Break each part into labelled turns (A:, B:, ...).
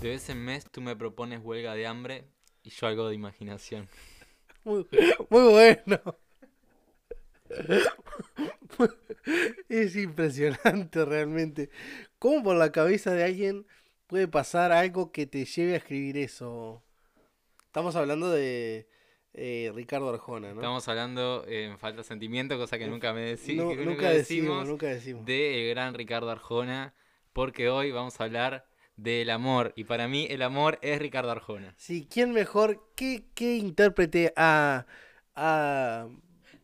A: De vez en mes tú me propones huelga de hambre y yo algo de imaginación.
B: Muy, muy bueno. Es impresionante realmente. ¿Cómo por la cabeza de alguien puede pasar algo que te lleve a escribir eso? Estamos hablando de eh, Ricardo Arjona, ¿no?
A: Estamos hablando eh, en falta de sentimiento, cosa que nunca me decí-
B: Nu-
A: que
B: nunca, decimos, nunca decimos.
A: de el gran Ricardo Arjona, porque hoy vamos a hablar del amor. Y para mí el amor es Ricardo Arjona.
B: Sí, ¿quién mejor? ¿Qué, qué intérprete ha, ha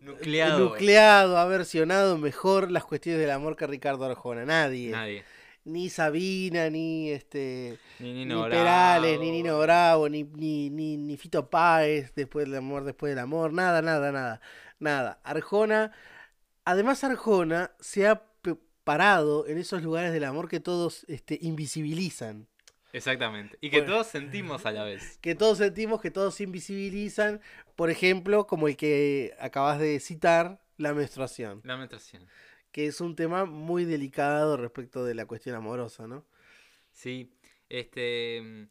A: Nucleado. eh.
B: nucleado, ha versionado mejor las cuestiones del amor que Ricardo Arjona? Nadie.
A: Nadie.
B: Ni Sabina, ni este.
A: Ni
B: Ni,
A: Nino Bravo.
B: Perales, ni Nino Bravo, ni, ni, ni, ni Fito Páez, después del amor, después del amor, nada, nada, nada, nada. Arjona, además Arjona se ha pe- parado en esos lugares del amor que todos este, invisibilizan.
A: Exactamente. Y que
B: Bueno.
A: todos sentimos a la vez.
B: que todos sentimos, que todos invisibilizan, por ejemplo, como el que acabas de citar, la menstruación,
A: La menstruación.
B: que es un tema muy delicado respecto de la cuestión amorosa, ¿no?
A: Sí. Este. mm,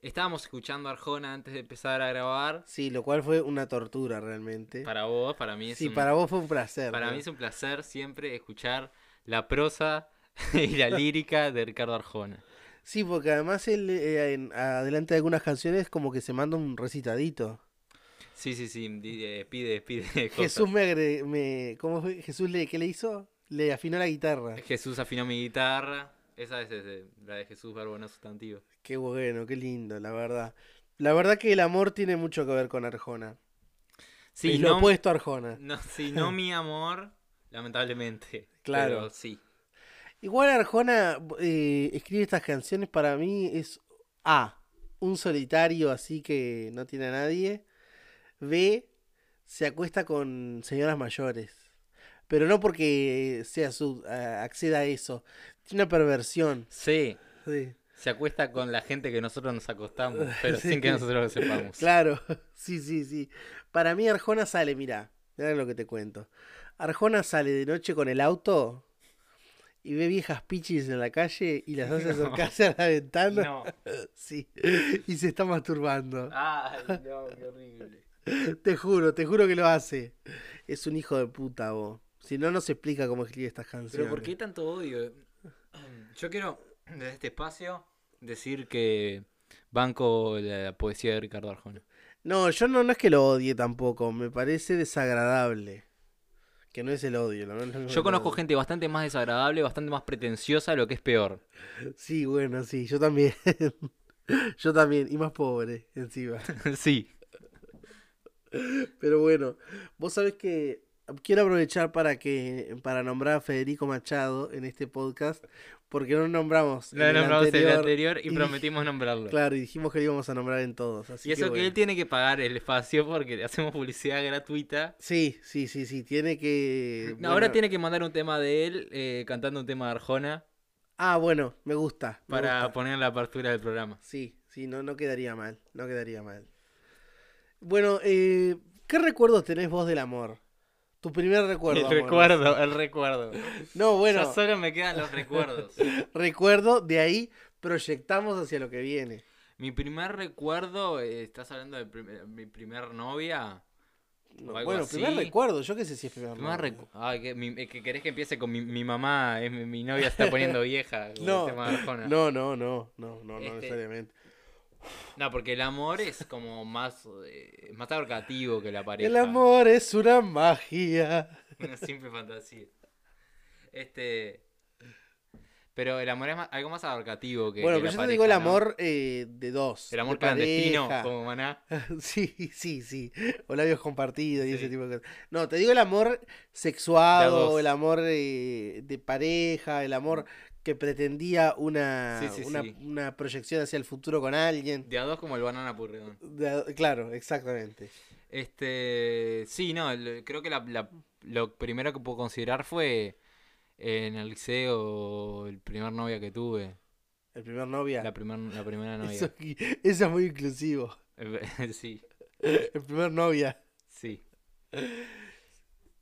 A: Estábamos escuchando a Arjona antes de empezar a grabar.
B: Sí, lo cual fue una tortura realmente.
A: Para vos, para mí es
B: sí,
A: un-
B: para vos fue un placer.
A: para
B: ¿no?
A: mí es un placer siempre escuchar la prosa y la lírica de Ricardo Arjona.
B: Sí, porque además él eh, en- adelante de algunas canciones como que se manda un recitadito.
A: Sí, sí, sí, di- eh, pide, pide. cosas.
B: Jesús me, agre- me ¿cómo fue? Jesús le qué le hizo? Le afinó la guitarra.
A: Jesús afinó mi guitarra. Esa es este, la de Jesús Verbo no sustantivo.
B: Qué bueno, qué lindo, la verdad. La verdad que el amor tiene mucho que ver con Arjona.
A: Sí,
B: es
A: no,
B: lo opuesto a Arjona.
A: no, sí, no mi amor, lamentablemente.
B: Claro.
A: Pero sí.
B: Igual Arjona eh, escribe estas canciones para mí es A, un solitario así que no tiene a nadie. B, se acuesta con señoras mayores. Pero no porque sea su, a- acceda a eso. Tiene una perversión.
A: Sí,
B: Sí.
A: se acuesta con la gente que nosotros nos acostamos, pero
B: Sí.
A: sin que nosotros lo sepamos.
B: Claro, sí, sí, sí. Para mí Arjona sale, mirá, mirá lo que te cuento. Arjona sale de noche con el auto y ve viejas pichis en la calle y las
A: No.
B: hace acercarse a la ventana.
A: No.
B: Sí, y se está masturbando.
A: Ay, no, qué horrible.
B: Te juro, te juro que lo hace. Es un hijo de puta, vos. Si no, no se explica cómo escribe estas canciones.
A: Pero ¿por qué tanto odio? Yo quiero, desde este espacio, decir que banco la poesía de Ricardo Arjona.
B: No, yo no, no es que lo odie tampoco. Me parece desagradable. Que no es el odio. la verdad, no es
A: Yo
B: el
A: conozco
B: odio.
A: gente bastante más desagradable, bastante más pretenciosa, lo que es peor.
B: Sí, bueno, sí, yo también. yo también. Y más pobre, encima.
A: sí.
B: Pero bueno, vos sabés que quiero aprovechar para que para nombrar a Federico Machado en este podcast, porque no nombramos
A: Lo
B: en el
A: nombramos en el
B: anterior,
A: anterior y
B: y-
A: prometimos nombrarlo.
B: Claro, y dijimos que lo íbamos a nombrar en todos. Así
A: y eso que,
B: bueno.
A: él tiene que pagar el espacio porque le hacemos publicidad gratuita.
B: Sí, sí, sí, sí, tiene que...
A: No, Ahora
B: Eh, bueno.
A: tiene que mandar un tema de él eh, cantando un tema de Arjona
B: Ah, bueno, me gusta. me
A: para
B: gusta.
A: poner la apertura del programa.
B: Sí, sí, no, no quedaría mal, no quedaría mal. Bueno, eh, ¿qué recuerdos tenés vos del amor? Tu primer recuerdo.
A: el
B: amor.
A: recuerdo, el recuerdo.
B: No, bueno,
A: Ya solo me quedan los recuerdos.
B: recuerdo, de ahí proyectamos hacia lo que viene.
A: Mi primer recuerdo, eh, estás hablando de prim- mi primer novia.
B: No,
A: O algo
B: bueno, primer
A: así.
B: recuerdo, yo qué sé si es primer
A: Primer
B: recuerdo.
A: recu- Ay, que, mi- eh, que querés que empiece con mi, mi mamá, es mi, mi novia se está poniendo vieja. con el
B: No,
A: tema de Arjona.
B: No, no, no, no, no, no
A: Este-
B: necesariamente.
A: No, porque el amor es como más, eh, más abarcativo que la pareja.
B: El amor es una magia.
A: Una simple fantasía. Este. Pero el amor es más- algo más abarcativo que.
B: bueno,
A: que
B: pero
A: la
B: yo te
A: pareja,
B: digo el
A: ¿no?
B: amor eh, de dos.
A: El amor
B: de
A: clandestino,
B: pareja.
A: como maná.
B: Sí, sí, sí. O labios compartidos y ese
A: Sí.
B: tipo de cosas. No, te digo el amor sexuado,
A: dos.
B: el amor eh, de pareja, el amor que pretendía una,
A: Sí, sí,
B: una,
A: sí.
B: una proyección hacia el futuro con alguien.
A: De a dos como el banana purredón.
B: De- claro, exactamente.
A: Este. Sí, no, el- creo que la- la- lo primero que puedo considerar fue eh, en el liceo, el primer novia que tuve.
B: El primer novia.
A: La, primer- la primera novia.
B: Eso, eso es muy inclusivo.
A: sí,
B: El primer novia.
A: sí.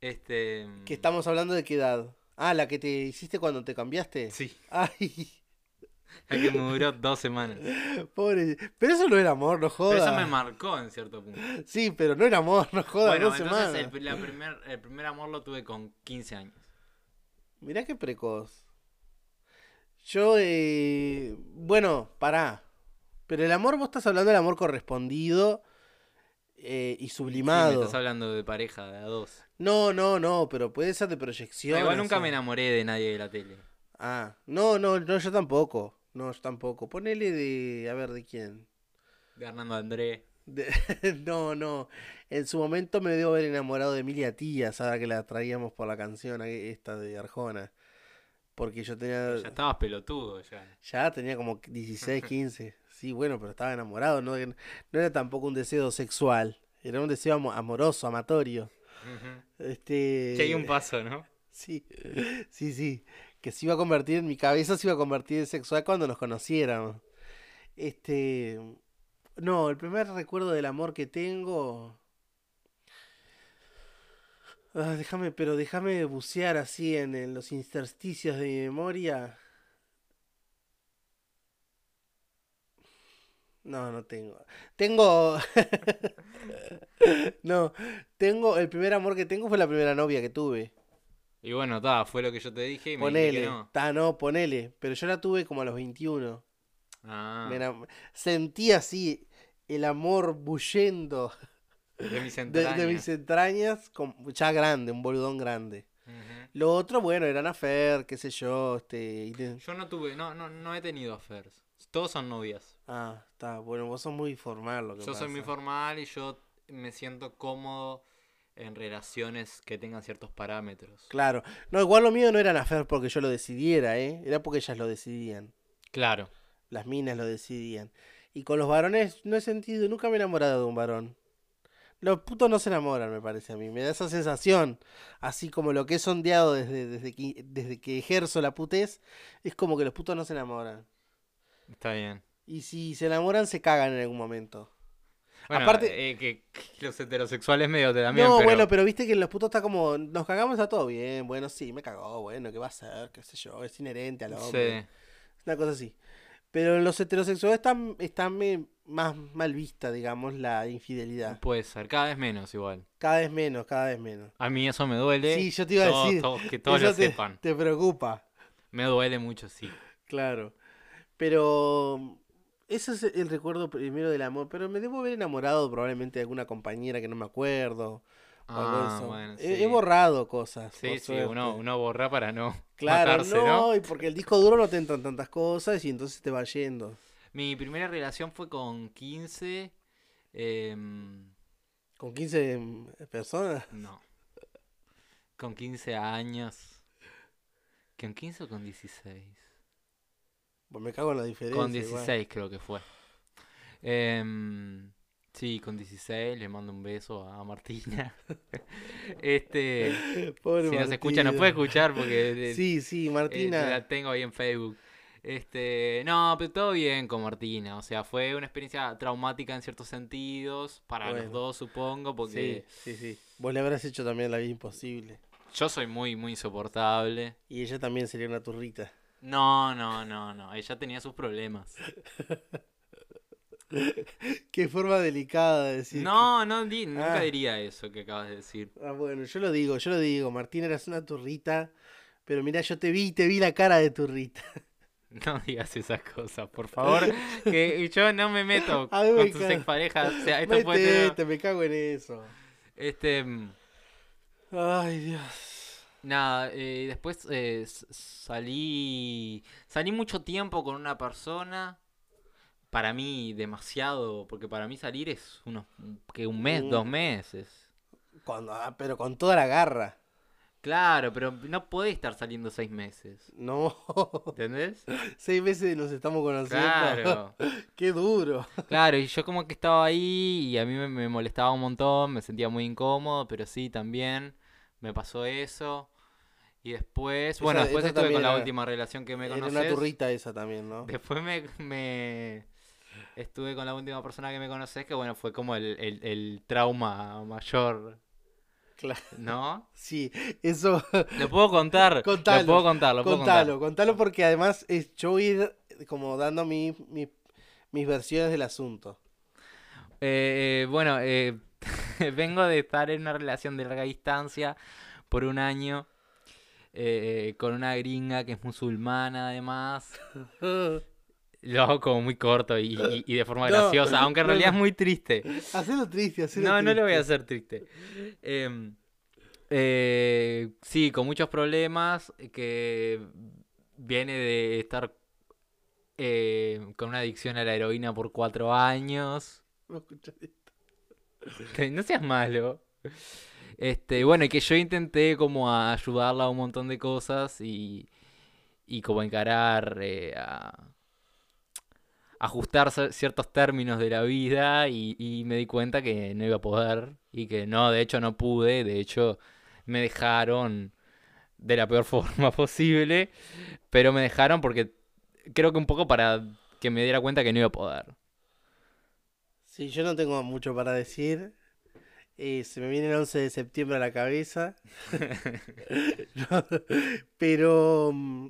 A: Este.
B: Que estamos hablando de qué edad. Ah, la que te hiciste cuando te cambiaste.
A: Sí.
B: Ay,
A: La mm, que me duró dos semanas.
B: Pobre. Pero eso no era amor, no jodas.
A: Pero eso me marcó en cierto punto.
B: Sí, pero no era amor, no jodas,
A: bueno,
B: dos
A: entonces
B: semanas.
A: el, la primer, el primer amor lo tuve con 15 años.
B: Mirá qué precoz. Yo, eh, bueno, pará. Pero el amor, vos estás hablando del amor correspondido eh,
A: Sí, me
B: y sublimado.
A: estás hablando de pareja, de a dos.
B: no, no, no, pero puede ser de proyección.
A: Ah, igual nunca
B: así.
A: me enamoré de nadie de la tele.
B: Ah, no, no, no, yo tampoco. No, yo tampoco. Ponele de. A ver, ¿de quién?
A: De Hernando Andrés.
B: De- no, no. En su momento me debo haber enamorado de Emilia Tías, ahora que la traíamos por la canción eh, esta de Arjona. Porque yo tenía.
A: Ya estabas pelotudo ya.
B: Ya tenía como 16, 15. Sí, bueno, pero estaba enamorado. No, no era tampoco un deseo sexual. Era un deseo amo- amoroso, amatorio.
A: Ujú.
B: Este.
A: Ya hay un paso, ¿no?
B: Sí, sí, sí. Que se iba a convertir en mi cabeza, se iba a convertir en sexual cuando nos conociéramos. Este. No, el primer recuerdo del amor que tengo. Ah, déjame, pero déjame bucear así en, en los intersticios de mi memoria. No, no tengo. Tengo. No, tengo. El primer amor que tengo fue la primera novia que tuve.
A: Y bueno, ta, fue lo que yo te dije y me dijiste
B: Ponele,
A: que no.
B: ta, no, ponele. Pero yo la tuve como a los 21.
A: Ah,
B: Me enam- Sentí así el amor bullendo
A: de mis
B: de, de
A: entrañas.
B: mis entrañas, como- ya grande, un boludón grande.
A: Ujú.
B: Lo otro, bueno, eran afer, qué sé yo, este... y te-
A: Yo no tuve, no, no, no he tenido affairs. Todos son novias.
B: Ah, está, bueno, vos sos muy formal lo que
A: Yo soy muy
B: pasa.
A: formal y yo me siento cómodo en relaciones que tengan ciertos parámetros.
B: Claro. No, igual lo mío no eran afer porque yo lo decidiera, ¿eh? Era porque ellas lo decidían.
A: Claro.
B: Las minas lo decidían. Y con los varones no he sentido, nunca me he enamorado de un varón. Los putos no se enamoran, me parece a mí. Me da esa sensación. Así como lo que he sondeado desde, desde, que, desde que ejerzo la putez, es como que los putos no se enamoran.
A: Está bien.
B: Y si se enamoran, se cagan en algún momento.
A: Bueno,
B: Aparte-
A: eh, que, que los heterosexuales medio te también,
B: no,
A: pero...
B: bueno, pero viste que los putos está como, nos cagamos, está todo bien. Bueno, sí, me cagó, bueno, ¿qué va a ser? ¿Qué sé yo? Es inherente al hombre.
A: Sí.
B: Una cosa así. Pero en los heterosexuales están, están eh, más mal vista, digamos, la infidelidad.
A: Puede ser, cada vez menos igual.
B: Cada vez menos, cada vez menos.
A: A mí eso me duele.
B: Sí, yo te iba a
A: Todos-
B: decir,
A: todos- que todos lo
B: Eso te,
A: sepan.
B: te preocupa,
A: Me duele mucho, sí.
B: claro. Pero ese es el recuerdo primero del amor. Pero me debo haber enamorado probablemente de alguna compañera que no me acuerdo. o algo de
A: Ah,
B: eso.
A: bueno,
B: he,
A: sí.
B: he Eh, borrado cosas.
A: Sí,
B: por
A: sí, uno,
B: suerte.
A: uno borra para no
B: Claro,
A: matarse, ¿no?
B: no, y porque el disco duro no te entran tantas cosas y entonces te va yendo.
A: Mi primera relación fue con 15. em,
B: Con 15 personas.
A: no. Con 15 años. ¿Con 15 o con 16?
B: Pues me cago en la diferencia.
A: Con
B: igual.
A: 16 creo que fue. Em, sí, con 16 le mando un beso a Martina. este,
B: Pobre
A: si no se escucha, no
B: Martina.
A: puede escuchar porque eh,
B: Sí, sí,
A: eh,
B: Martina.
A: la tengo ahí en Facebook. Este, no, pero todo bien con Martina. O sea, fue una experiencia traumática en ciertos sentidos. Para
B: Bueno.
A: los dos, supongo,
B: Sí,
A: porque
B: sí, sí. Vos le habrás hecho también la vida imposible.
A: yo soy muy, muy insoportable.
B: Y ella también sería una turrita.
A: No, no, no, no. Ella tenía sus problemas.
B: Qué forma delicada de decir.
A: No, no, di- nunca
B: Ah.
A: diría eso que acabas de decir.
B: Ah, bueno, yo lo digo, yo lo digo. Martina eras una turrita. Pero mira, yo te vi, te vi la cara de turrita.
A: No digas esas cosas, por favor. Que yo no me meto
B: A mí me
A: con tus
B: encanta.
A: exparejas. O sea, esto puede
B: Metete,
A: tener-
B: me cago en eso.
A: Este. mm,
B: Ay, Dios.
A: Nada, eh, después eh, s- salí. Salí mucho tiempo con una persona. Para mí, demasiado. Porque para mí salir es unos. que un mes,
B: Mm.
A: dos meses.
B: Cuando, ah, pero con toda la garra.
A: Claro, pero no podés estar saliendo seis meses.
B: No.
A: ¿Entendés?
B: Seis veces nos estamos conociendo.
A: Claro.
B: Qué duro.
A: Claro, y yo como que estaba ahí y a mí me, me molestaba un montón, me sentía muy incómodo, pero sí, también me pasó eso. Y después,
B: Esa-
A: bueno, después
B: esa
A: estuve con
B: también
A: la
B: era-
A: última relación que me
B: Era
A: conoces.
B: una turrita esa también, ¿no?
A: Después me, me- estuve con la última persona que me conoces, que bueno, fue como el, el- el trauma mayor,
B: Claro.
A: ¿no?
B: Sí, eso.
A: Lo puedo contar,
B: Contalo,
A: lo puedo contar, lo puedo
B: contalo,
A: contar.
B: contalo porque además es, yo voy a ir como dando mi- mi- mis versiones del asunto.
A: Eh, eh, bueno, eh, vengo de estar en una relación de larga distancia por un año eh, con una gringa que es musulmana además. Lo hago como muy corto y, y- y de forma
B: No,
A: graciosa, aunque en
B: no,
A: realidad
B: no.
A: es muy triste.
B: Hacelo triste, hacelo
A: No, no
B: triste.
A: lo voy a hacer triste. Em, eh, sí, con muchos problemas eh, que viene de estar eh, con una adicción a la heroína por cuatro años.
B: No escucharía.
A: Te- No seas malo. Este, bueno, y que yo intenté como a ayudarla a un montón de cosas y, y como encarar eh, a ajustar cier- ciertos términos de la vida y, y me di cuenta que no iba a poder y que no, de hecho no pude, de hecho me dejaron de la peor forma posible, pero me dejaron porque creo que un poco para que me diera cuenta que no iba a poder.
B: Sí, yo no tengo mucho para decir. Eh, se me viene el 11 de septiembre a la cabeza. No, pero mm,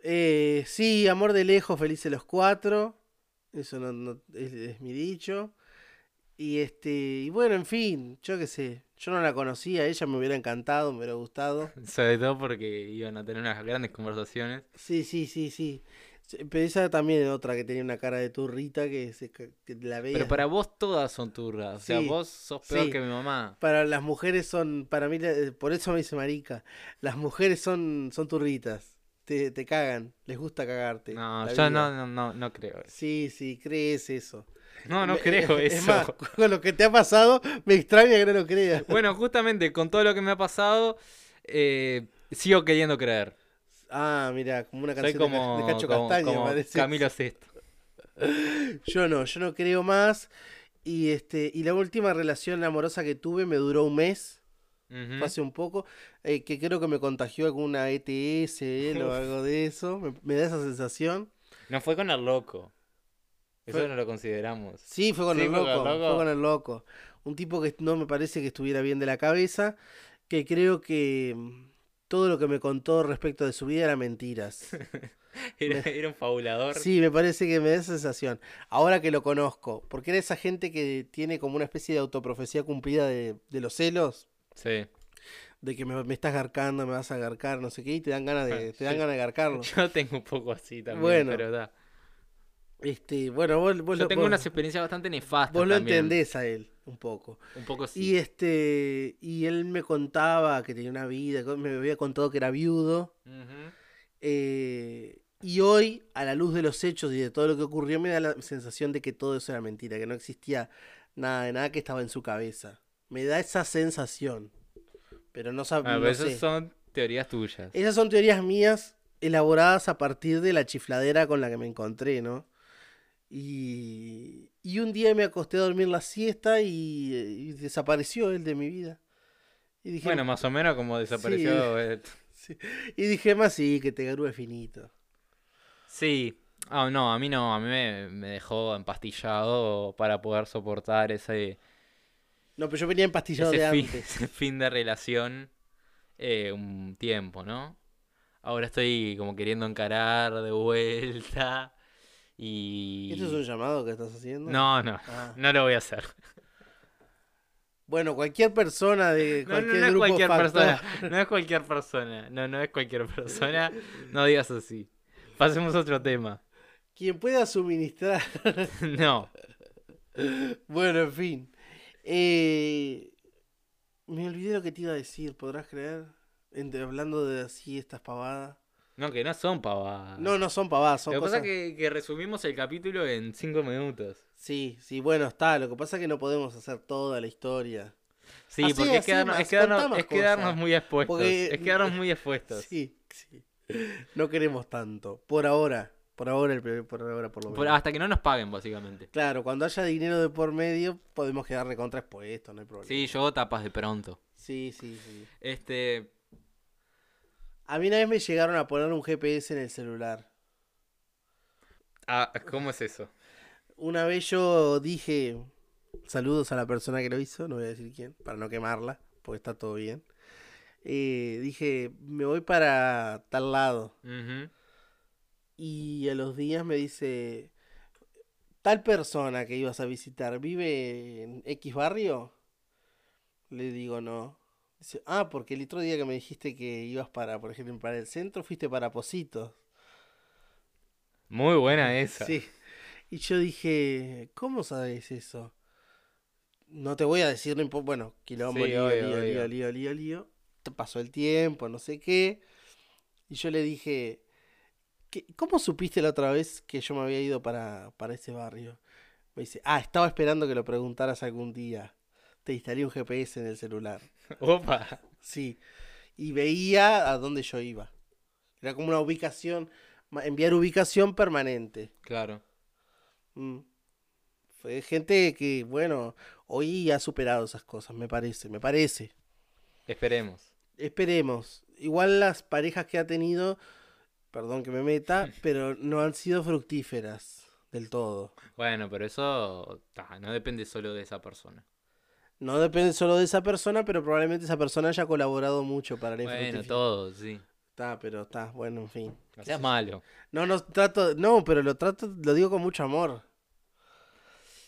B: eh, sí, amor de lejos, felices los cuatro. Eso no, no- es, es mi dicho. Y este, y bueno, en fin, yo qué sé. Yo no la conocía, ella me hubiera encantado, me hubiera gustado.
A: Sobre todo porque iban a tener unas grandes conversaciones.
B: Sí, sí, sí, sí. Sí, Pero esa también es otra que tenía una cara de turrita que, se, ca- que la veía.
A: Pero para vos todas son turras. O sea,
B: Sí,
A: vos sos peor
B: sí.
A: que mi mamá.
B: Para las mujeres son, para mí, la- eh, por eso me dice marica, las mujeres son, son turritas, te, te cagan, les gusta cagarte.
A: No,
B: la
A: yo
B: vida.
A: no, no, no, no creo eso.
B: Sí, sí, crees eso.
A: No, no
B: Me-
A: creo
B: es
A: eso.
B: más, con lo que te ha pasado, me extraña que no lo creas.
A: Bueno, justamente con todo lo que me ha pasado, eh, sigo queriendo creer.
B: Ah, mira, como una
A: Soy
B: canción de Ca-
A: como,
B: de, Cacho
A: como-
B: Castaña,
A: como
B: parece.
A: Camilo Sesto.
B: Yo no, yo no creo más. Y este, y la última relación amorosa que tuve me duró un mes,
A: Ujú.
B: fue hace un poco, eh, que creo que me contagió alguna E ETS él, o
A: Uf.
B: algo de eso, me- me da esa sensación.
A: No fue con el loco. Eso
B: Fue-
A: no lo consideramos.
B: Sí, fue con
A: Sí,
B: el
A: fue
B: loco,
A: con el
B: fue
A: loco.
B: con el loco. Un tipo que no me parece que estuviera bien de la cabeza, que creo que mm, todo lo que me contó respecto de su vida era mentiras.
A: Era, era un fabulador.
B: Sí, me parece que me da esa sensación. Ahora que lo conozco, porque era esa gente que tiene como una especie de autoprofecía cumplida de, de los celos,
A: Sí.
B: de que me, me estás garcando, me vas a garcar, no sé qué, y te dan ganas de,
A: Ah,
B: te dan
A: sí.
B: ganas de garcarlo.
A: Yo tengo un poco así también,
B: Bueno,
A: pero da.
B: Este, bueno, vos, vos
A: Yo
B: lo-
A: tengo
B: vos-
A: unas experiencias bastante nefastas
B: vos lo
A: también.
B: entendés a él un poco.
A: Un poco
B: Y
A: sí.
B: este, y él me contaba que tenía una vida, que me había contado que era viudo.
A: Ujú.
B: eh, y hoy, a la luz de los hechos y de todo lo que ocurrió, me da la sensación de que todo eso era mentira, que no existía nada de nada que estaba en su cabeza. Me da esa sensación. Pero no
A: Ah,
B: sabemos.
A: pero esas son teorías tuyas.
B: Esas son teorías mías elaboradas a partir de la chifladera con la que me encontré, ¿no? Y, y un día me acosté a dormir la siesta y, y desapareció él de mi vida. Y dije,
A: Bueno, más o menos como desapareció. eh,
B: sí. y dije más sí, que te garúe finito.
A: Sí. Ah, no, a mí no, a mí me, me dejó empastillado para poder soportar ese,
B: No, pero yo venía empastillado de
A: ese, fin,
B: antes.
A: ese fin de relación eh, un tiempo, ¿no? Ahora estoy como queriendo encarar de vuelta y...
B: ¿Esto es un llamado que estás haciendo?
A: No, no,
B: Ah.
A: no lo voy a hacer.
B: Bueno, cualquier persona de
A: No, no,
B: cualquier
A: no es
B: grupo
A: cualquier
B: factor-
A: persona, no es cualquier persona, no, no es cualquier persona, no digas así. Pasemos a otro tema.
B: quien pueda suministrar
A: No.
B: Bueno, en fin. Eh, me olvidé lo que te iba a decir, ¿podrás creer? Entre- hablando de así estas pavadas.
A: No, que no son pavadas.
B: No, no son pavadas, son
A: Ah. Lo que pasa
B: cosas...
A: es que, que resumimos el capítulo en cinco minutos.
B: Sí, sí, bueno, está. Lo que pasa es que no podemos hacer toda la historia.
A: Sí,
B: Así,
A: porque es
B: así,
A: quedarnos,
B: más,
A: es quedarnos-
B: contá más
A: es quedarnos
B: cosas.
A: muy expuestos.
B: Porque-
A: Es quedarnos muy expuestos.
B: Sí, sí. No queremos tanto. Por ahora. Por ahora, el primer- por ahora por lo
A: Por-
B: menos.
A: hasta que no nos paguen, básicamente.
B: Claro, cuando haya dinero de por medio, podemos quedar recontra expuestos, no hay problema.
A: Sí, yo hago tapas de pronto.
B: Sí, sí, sí.
A: Este.
B: A mí una vez me llegaron a poner un GPS en el celular.
A: ah, ¿Cómo es eso?
B: Una vez yo dije saludos a la persona que lo hizo, no voy a decir quién, para no quemarla, porque está todo bien. Eh, dije, me voy para tal lado.
A: Ujú.
B: y a los días me dice, tal persona que ibas a visitar vive en X barrio. Le digo, no. Dice, ah, porque el otro día que me dijiste que ibas para, por ejemplo, para el centro, fuiste para Positos.
A: Muy buena esa.
B: Sí. Y yo dije, ¿cómo sabes eso? No te voy a decir, no impo- bueno, quilombo,
A: Sí,
B: lío,
A: obvio,
B: lío,
A: obvio.
B: lío, lío, lío, lío. T- Pasó el tiempo, no sé qué. Y yo le dije, "¿Qué- ¿cómo supiste la otra vez que yo me había ido para, para ese barrio? Me dice, ah, estaba esperando que lo preguntaras algún día. Te instalé un GPS en el celular.
A: Opa.
B: Sí. Y veía a dónde yo iba. Era como una ubicación, ma- enviar ubicación permanente.
A: Claro.
B: Mm. Fue gente que, bueno, hoy ha superado esas cosas, me parece, me parece.
A: Esperemos.
B: Esperemos. Igual las parejas que ha tenido, perdón que me meta, pero no han sido fructíferas del todo.
A: Bueno, pero eso ta, no depende solo de esa persona.
B: No depende solo de esa persona, pero probablemente esa persona haya colaborado mucho para la
A: Bueno,
B: infructific-
A: todo, sí.
B: Está, pero está, bueno, en fin.
A: No seas malo.
B: No, no trato, no, pero lo trato, lo digo con mucho amor.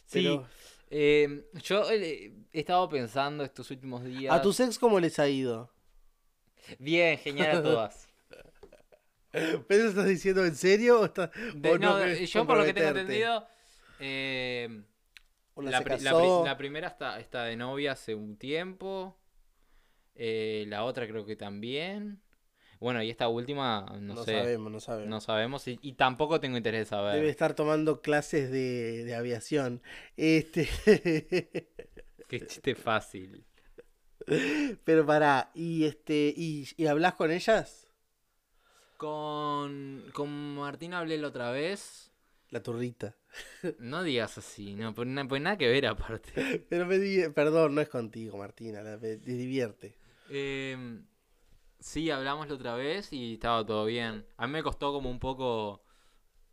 A: Sí.
B: Pero,
A: Eh, yo eh, he estado pensando estos últimos días.
B: ¿a tus ex cómo les ha ido?
A: Bien, genial a todas.
B: ¿Pero estás diciendo en serio o estás
A: De-
B: o
A: no,
B: querés
A: yo por lo que tengo
B: comprometerte?
A: entendido, eh,
B: Una
A: la,
B: se
A: pri- la pri-
B: casó.
A: la primera está, está de novia hace un tiempo. eh, la otra creo que también. Bueno, y esta última, no,
B: no
A: sé.
B: sabemos, no sabemos.
A: No sabemos y, y tampoco tengo interés de saber.
B: Debe estar tomando clases de, de aviación. Este,
A: Qué chiste fácil.
B: pero pará, y este, y, y hablas con ellas,
A: Con, con Martín hablé la otra vez.
B: la turrita.
A: No digas así, no, pues, na- pues nada que ver aparte.
B: Pero me di- perdón, no es contigo, Martina, la- me- te divierte.
A: Eh, sí, hablamos la otra vez y estaba todo bien. A mí me costó como un poco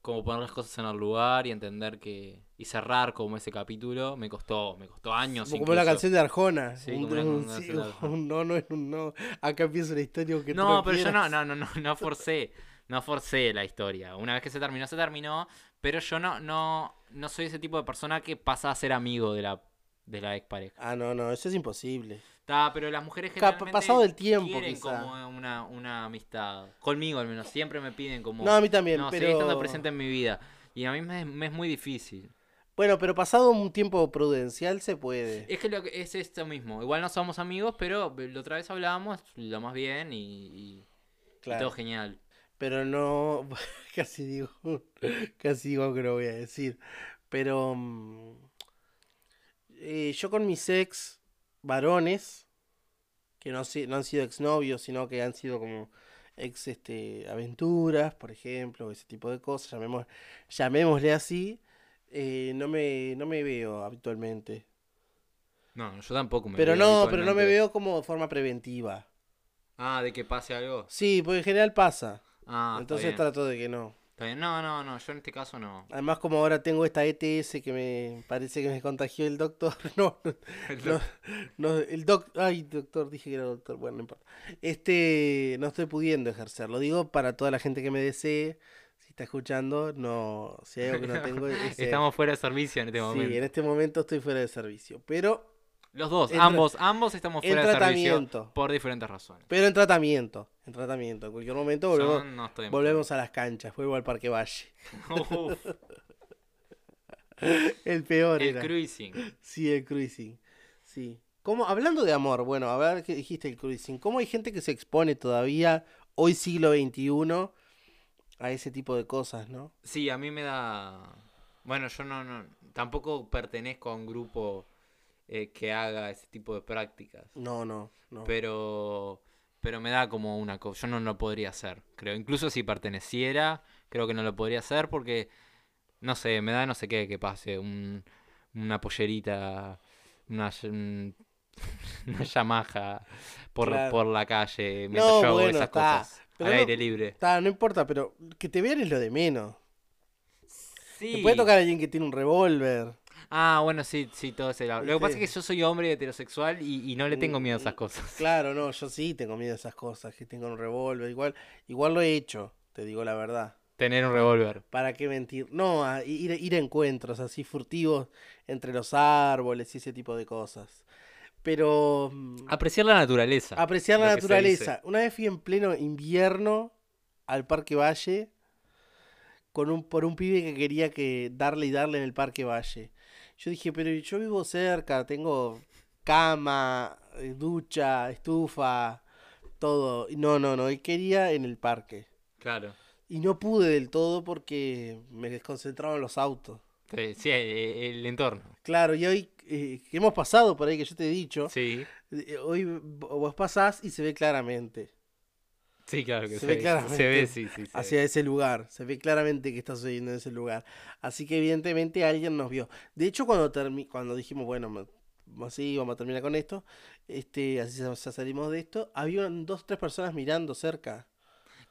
A: como poner las cosas en el lugar y entender que... Y cerrar como ese capítulo. Me costó, me costó años.
B: como la
A: incluso.
B: canción de Arjona,
A: Sí,
B: un,
A: como la
B: un-
A: canción
B: sí,
A: de Arjona.
B: un no no es un no. Acá empieza una historia aunque tú
A: No, pero yo no,
B: quieras.
A: no, no, no, no forcé. No forcé la historia. Una vez que se terminó, se terminó. Pero yo no, no, no soy ese tipo de persona que pasa a ser amigo de la, de la expareja.
B: Ah, no, no, eso es imposible.
A: Ta, pero las mujeres
B: Ca-
A: generalmente
B: pasado el tiempo,
A: quieren
B: quizá.
A: como una, una amistad. Conmigo al menos. Siempre me piden como.
B: No, a mí también,
A: "No, seguí
B: pero
A: estando presente en mi vida. Y a mí me, me es muy difícil.
B: bueno, pero pasado un tiempo prudencial se puede.
A: Es que, lo que- es esto mismo. Igual no somos amigos, pero la otra vez hablábamos lo más bien y, y- y
B: Claro.
A: todo genial.
B: Pero no, casi digo, casi digo que no voy a decir. Pero mm, eh, yo con mis ex varones, que no, han si- no han sido exnovios, sino que han sido como ex este, aventuras, por ejemplo, ese tipo de cosas, llamemos, llamémosle así, eh, no me, no me veo habitualmente.
A: No, yo tampoco me
B: Pero
A: veo
B: no, pero no me
A: habitualmente.
B: veo como de forma preventiva.
A: Ah, de que pase algo.
B: Sí, porque en general pasa.
A: Ah,
B: Entonces
A: está bien.
B: trato de que no.
A: Está bien. No, no, no, yo en este caso no.
B: Además, como ahora tengo esta ETS que me parece que me contagió el doctor. No, no, no, no, el doc, ay, doctor, dije que era doctor. Bueno, no importa. Este, no estoy pudiendo ejercer. Lo digo para toda la gente que me desee. Si está escuchando, no, si hay algo que no tengo es, eh,
A: Estamos fuera de servicio en este momento.
B: Sí, en este momento estoy fuera de servicio. Pero,
A: Los dos,
B: en tra-
A: ambos, ambos estamos
B: en
A: fuera de servicio
B: tratamiento.
A: por diferentes razones.
B: pero en tratamiento, en tratamiento. En cualquier momento
A: Yo
B: volvemos,
A: no estoy en-
B: volvemos a las canchas, vuelvo al Parque Valle.
A: Uf,
B: El peor
A: el
B: era.
A: cruising.
B: Sí, el cruising. Sí. ¿Cómo, hablando de amor, bueno, a ver qué dijiste el cruising. ¿Cómo hay gente que se expone todavía, hoy siglo XXI, a ese tipo de cosas, no?
A: Sí, a mí me da. Bueno, yo no, no tampoco pertenezco a un grupo eh, que haga ese tipo de prácticas.
B: No, no, no.
A: Pero, pero me da como una cosa. Yo no lo podría hacer, creo. Incluso si perteneciera, creo que no lo podría hacer porque, no sé, me da no sé qué que pase. un- una pollerita, una, ll- un- una Yamaha por,
B: Claro.
A: por la calle mientras
B: No,
A: yo hago
B: bueno,
A: esas
B: está.
A: cosas.
B: Pero
A: al
B: no-
A: aire libre.
B: Está, no importa, pero que te vean es lo de menos.
A: Sí.
B: Te puede tocar alguien que tiene un revólver.
A: Ah, bueno, sí, sí, todo ese lado. Lo que pasa es
B: ¿Viste?
A: que yo soy hombre heterosexual y, y no le tengo miedo a esas
B: Mm,
A: cosas.
B: Claro, no, yo sí tengo miedo a esas cosas, que tengo un revólver, igual, igual lo he hecho, te digo la verdad.
A: Tener un revólver.
B: ¿Para qué mentir? No, a ir, ir a encuentros así furtivos entre los árboles y ese tipo de cosas. Pero mm,
A: Apreciar la naturaleza.
B: apreciar la
A: lo que se dice.
B: naturaleza. Una vez fui en pleno invierno al Parque Valle con un, por un pibe que quería que darle y darle en el Parque Valle. Yo dije, pero yo vivo cerca, tengo cama, eh, ducha, estufa, todo. Y No, no, no, él quería en el parque.
A: Claro.
B: Y no pude del todo porque me desconcentraron los autos.
A: Sí, Eh, sí, el, el entorno.
B: Claro, y hoy eh, que hemos pasado por ahí, que yo te he dicho,
A: Sí.
B: eh, hoy v- vos pasás y se ve claramente
A: Sí, claro que
B: Se
A: se,
B: ve
A: ve.
B: claramente
A: Se ve, sí, sí. se
B: hacia
A: ve.
B: ese lugar, se ve claramente que está sucediendo en ese lugar. Así que evidentemente alguien nos vio. De hecho, cuando, termi- cuando dijimos, bueno, ma- así vamos a terminar con esto, este, así sa- sa- salimos de esto, había dos, tres personas mirando cerca.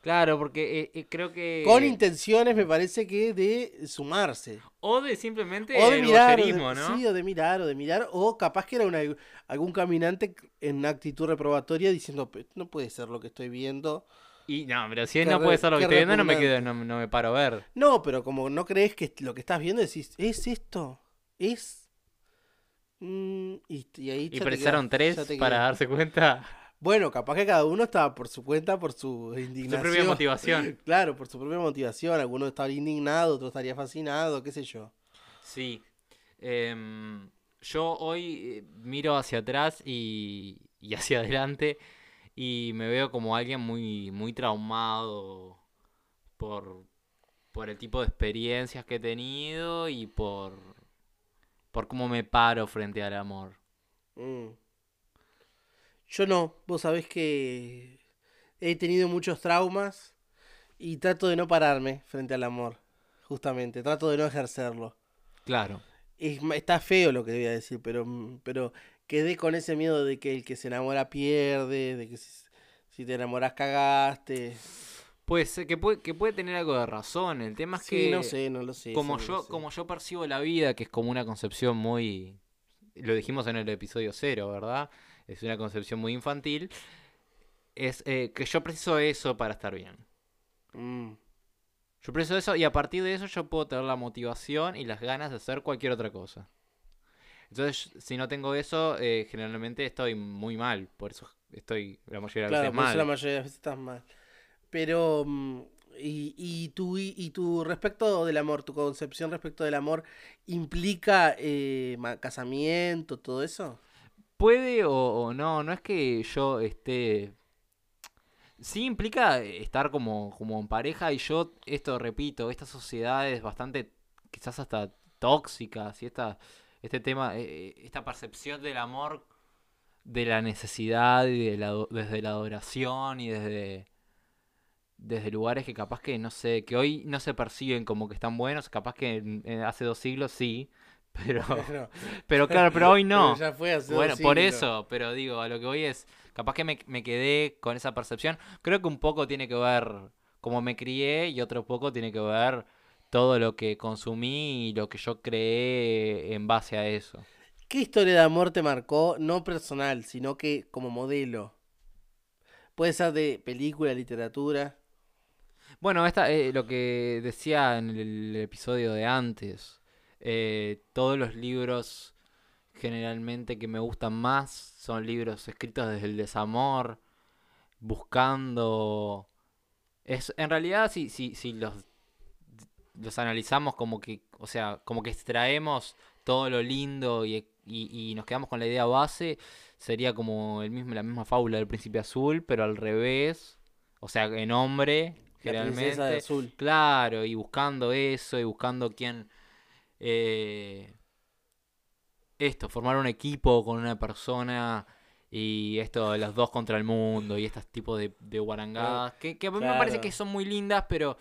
A: Claro, porque eh, eh, creo que.
B: Con intenciones, me parece que, de sumarse.
A: O de simplemente
B: O de
A: el
B: mirar, o de-
A: voyerismo, ¿no?
B: sí, o de mirar, o de mirar, o capaz que era una- algún caminante en una actitud reprobatoria diciendo, "Pe- no puede ser lo que estoy viendo.
A: Y no, pero si
B: Qué
A: no
B: re-
A: puede ser lo
B: qué
A: que estoy viendo, no me
B: repugnante.
A: quedo, no, no me paro a ver.
B: No, pero como no crees que lo que estás viendo, decís, ¿es esto? ¿Es? Mm, y, y ahí
A: Y
B: ya te
A: precisaron
B: quedás, ya
A: tres
B: te
A: para
B: quedás.
A: darse cuenta
B: Bueno, capaz que cada uno estaba por su cuenta, por su
A: de su
B: indignación.
A: propia motivación.
B: Claro, por su propia motivación. Alguno estaría indignado, otro estaría fascinado, qué sé yo.
A: Sí. Em, yo hoy eh, miro hacia atrás y, y hacia adelante y me veo como alguien muy, muy traumado por, por el tipo de experiencias que he tenido y por, por cómo me paro frente al amor.
B: Mm. Yo no, vos sabés que he tenido muchos traumas y trato de no pararme frente al amor, justamente, trato de no ejercerlo.
A: Claro.
B: Es ma- está feo lo que voy a decir, pero, mm, pero quedé con ese miedo de que el que se enamora pierde, de que si, si te enamorás cagaste.
A: Pues eh, que puede, que puede tener algo de razón. El tema es
B: Sí,
A: que
B: no sé, no lo sé.
A: como
B: eso no
A: yo,
B: lo sé.
A: como yo percibo la vida, que es como una concepción muy. Lo dijimos en el episodio cero, ¿verdad? Es una concepción muy infantil. Es eh, que yo preciso eso para estar bien.
B: Mm,
A: Yo preciso eso y a partir de eso yo puedo tener la motivación y las ganas de hacer cualquier otra cosa. Entonces, si no tengo eso, eh, generalmente estoy muy mal. Por eso estoy la mayoría de las
B: claro,
A: veces
B: por eso
A: mal.
B: la mayoría de las veces estás mal. Pero, mm, y, y, tu, y tu respecto del amor, tu concepción respecto del amor, ¿implica eh, ma- casamiento, todo eso?
A: Puede o, o no, no es que yo esté... Sí implica estar como, como en pareja y yo, esto repito, estas sociedades bastante, quizás hasta tóxicas y esta, este tema, eh, eh, esta percepción del amor, de la necesidad y de la, ado- desde la adoración y desde, desde lugares que capaz que, no sé, que hoy no se perciben como que están buenos, capaz que en- en hace dos siglos sí, pero,
B: No,
A: pero claro, pero hoy
B: pero
A: no.
B: ya fue hace dos
A: Bueno, por
B: siglos.
A: eso, pero digo, a lo que voy es, capaz que me, me quedé con esa percepción. Creo que un poco tiene que ver cómo me crié y otro poco tiene que ver todo lo que consumí y lo que yo creé en base a eso.
B: ¿Qué historia de amor te marcó, no personal, sino que como modelo? Puede ser de película, literatura.
A: Bueno, esta, eh, lo que decía en el episodio de antes, eh, todos los libros generalmente que me gustan más son libros escritos desde el desamor, buscando... Es, en realidad, si, si, si los, los analizamos como que, o sea, como que extraemos todo lo lindo y, y- y nos quedamos con la idea base, sería como el mismo, la misma fábula del príncipe azul, pero al revés, o sea, en hombre,
B: La princesa de
A: generalmente.
B: azul.
A: Claro, y buscando eso, y buscando quién... eh, esto, formar un equipo con una persona y esto, de los dos contra el mundo y estos tipos de, de guarangadas, que, que a mí me parece
B: claro.
A: que son muy lindas, pero